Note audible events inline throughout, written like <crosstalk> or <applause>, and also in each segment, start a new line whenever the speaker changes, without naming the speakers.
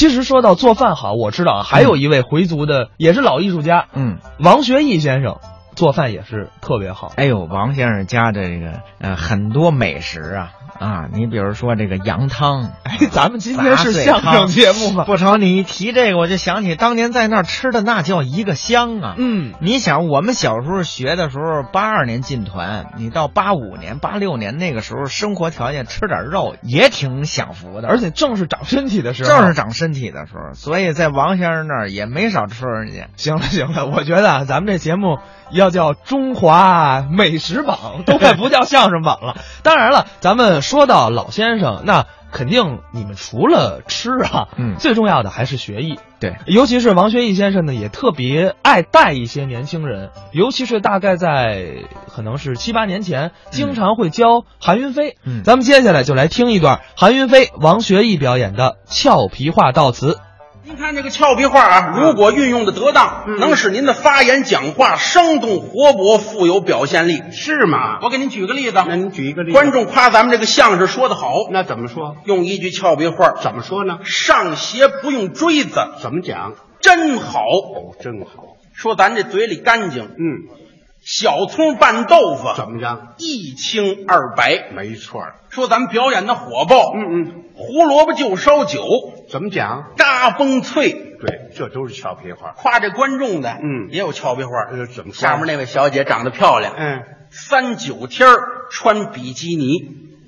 其实说到做饭好，我知道啊，还有一位回族的、也是老艺术家，
嗯，
王学义先生，做饭也是特别好。
哎呦，王先生家的这个呃很多美食啊啊，你比如说这个羊汤，
哎，咱们今天是相声节目吗？
不成，你一提这个我就想起当年在那儿吃的那叫一个香啊。
嗯，
你想，我们小时候学的时候，八二年进团，你到八五年、八六年那个时候，生活条件吃点肉也挺享福的，
而且正是长身体的时候。
正是长身体的时候，所以在王先生那儿也没少吃人家。
行了 <laughs> 行了，我觉得啊，咱们这节目要叫《中华美食榜》，都快不叫相声榜了。 <laughs> 当然了，咱们说到老先生，那肯定你们除了吃啊，
嗯
最重要的还是学艺。
对，
尤其是王学义先生呢，也特别爱带一些年轻人，尤其是大概在可能是七八年前，经常会教韩云飞。
嗯
咱们接下来就来听一段韩云飞、王学义表演的俏皮话悼词。
您看这个俏皮话啊，
嗯
如果运用的得当，能使您的发言讲话生动活泼，富有表现力，是吗？我给您举个例子，
那您举一个例子，
观众夸咱们这个相声说得好，
那怎么说？
用一句俏皮话，
怎么说呢？
上邪不用锥子，
怎么讲？
真好。
哦，真好。
说咱这嘴里干净，
嗯，
小葱拌豆腐，
怎么样？
一清二白？
没错儿。
说咱们表演的火爆，
嗯
胡萝卜就烧酒，
嗯，怎么讲？
嘎嘣脆。
对，这都是俏皮话。
夸这观众的，
嗯
也有俏皮话。
呃怎么说
下面那位小姐长得漂亮，
嗯，
三九天儿穿比基尼，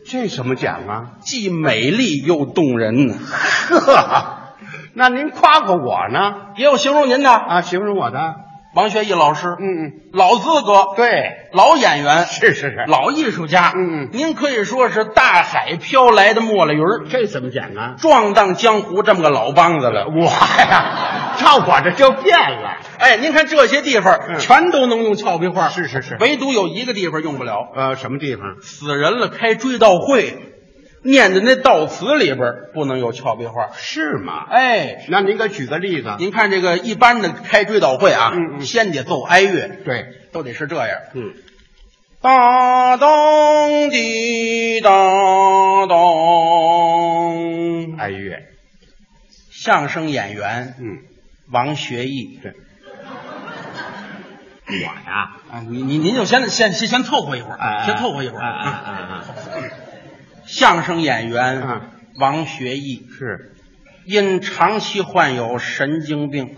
这怎么讲啊？
既美丽又动人呢。
呵，那您夸过我呢？
也有形容您的，
啊，形容我的？
王学义老师，
嗯嗯，
老资格，
对，
老演员，
是是是。
老艺术家，
嗯嗯
您可以说是大海飘来的墨了鱼儿，
这怎么讲啊？
壮荡江湖这么个老梆子了。
我呀，照我这就变了。
哎，您看这些地方
嗯
全都能用俏皮话，
是是是
唯独有一个地方用不了，
呃，什么地方？
死人了开追悼会，念的那悼词里边不能有俏皮话。
是吗？
哎，
那您给举个例子。
您看这个一般的开追悼会啊，
嗯嗯
先得奏哀乐，
对，
都得是这样。
嗯，
哒当滴哒当，
哀乐。
相声演员
嗯，
王学义。
对。我呀，
啊，您您您就先先先先凑合一会儿，
哎
先凑合一会儿。
哎哎
啊
哎哎
相声演员、
嗯
王学义
哎，是。
因长期患有神经病，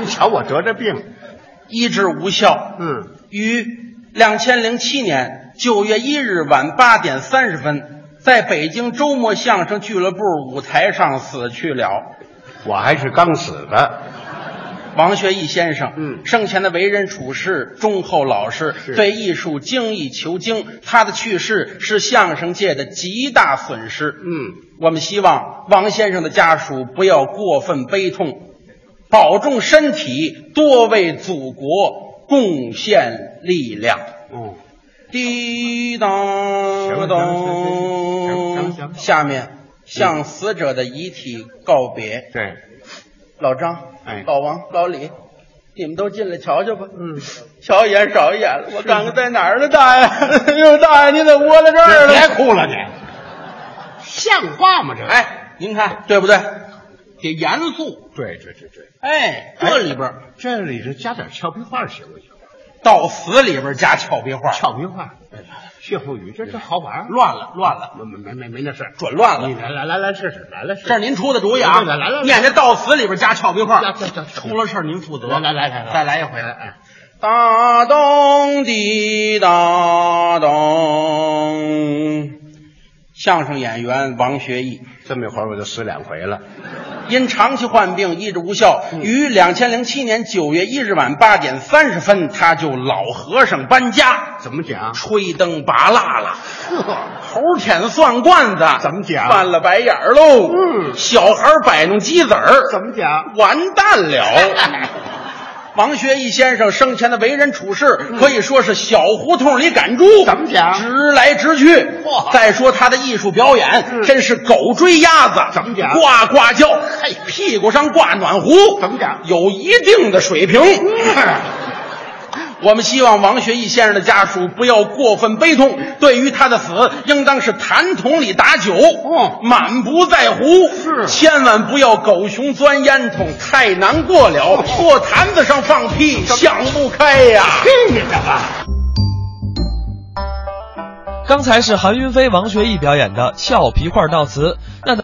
你瞧我得这病，
医治无效，
嗯，
于两千零七年九月一日晚八点三十分，在北京周末相声俱乐部舞台上死去了。
我还是刚死的。
王学义先生，
嗯
生前的为人处事忠厚老实，
是
对艺术精益求精。他的去世是相声界的极大损失。
嗯，
我们希望王先生的家属不要过分悲痛，保重身体，多为祖国贡献力量。
哦，
滴答
行行行
咚
行，
下面向死者的遗体告别。
对，
老张，
哎
老王，老李，你们都进来瞧瞧吧。嗯，瞧一眼少一眼了，我看看在哪儿呢，大爷。哎呦，大爷，您怎么窝在这儿了？
别哭了你，像话吗？这个，
哎，您看对不对？得严肃。
对对对对，
哎，这里边儿
这里头加点俏皮话行不行？
到死里边加俏皮话，
俏皮话，歇后语，这这好玩。
乱了乱了，
没没没没那事儿，
准乱
你
了。
来来来来试试，来来试试。
这是您出的主意啊！
来来来来
念这到死里边加俏皮话
呀这这，
出了事儿您负责。
来来来来来哎
再来一回。
来来，
大咚滴大咚，相声演员王学义。
这么一会儿我就死两回了。
因长期患病医治无效，
嗯
于两千零七年九月一日晚八点三十分，他就老和尚搬家，
怎么
<laughs>
讲？
吹灯拔蜡了，
呵，
猴舔蒜罐子，
怎么讲
翻了白眼儿喽。
嗯
小孩摆弄鸡子儿，
怎么讲？
完蛋
<laughs>
了？王学义先生生前的为人处事，可以说是小胡同里赶猪，
嗯怎么讲
直来直去。
嚯
再说他的艺术表演，真是狗追鸭子，
嗯怎么讲
呱呱叫，屁股上挂暖壶，
怎么讲
有一定的水平。
嗯
<laughs> 我们希望王学义先生的家属不要过分悲痛，对于他的死，应当是痰桶里打酒，
哦
满不在乎，
是
千万不要狗熊钻烟囱，太难过
哦
了，坐坛子上放屁，想不开呀、
去你的吧！
刚才是韩云飞、王学义表演的《俏皮话悼词》，那。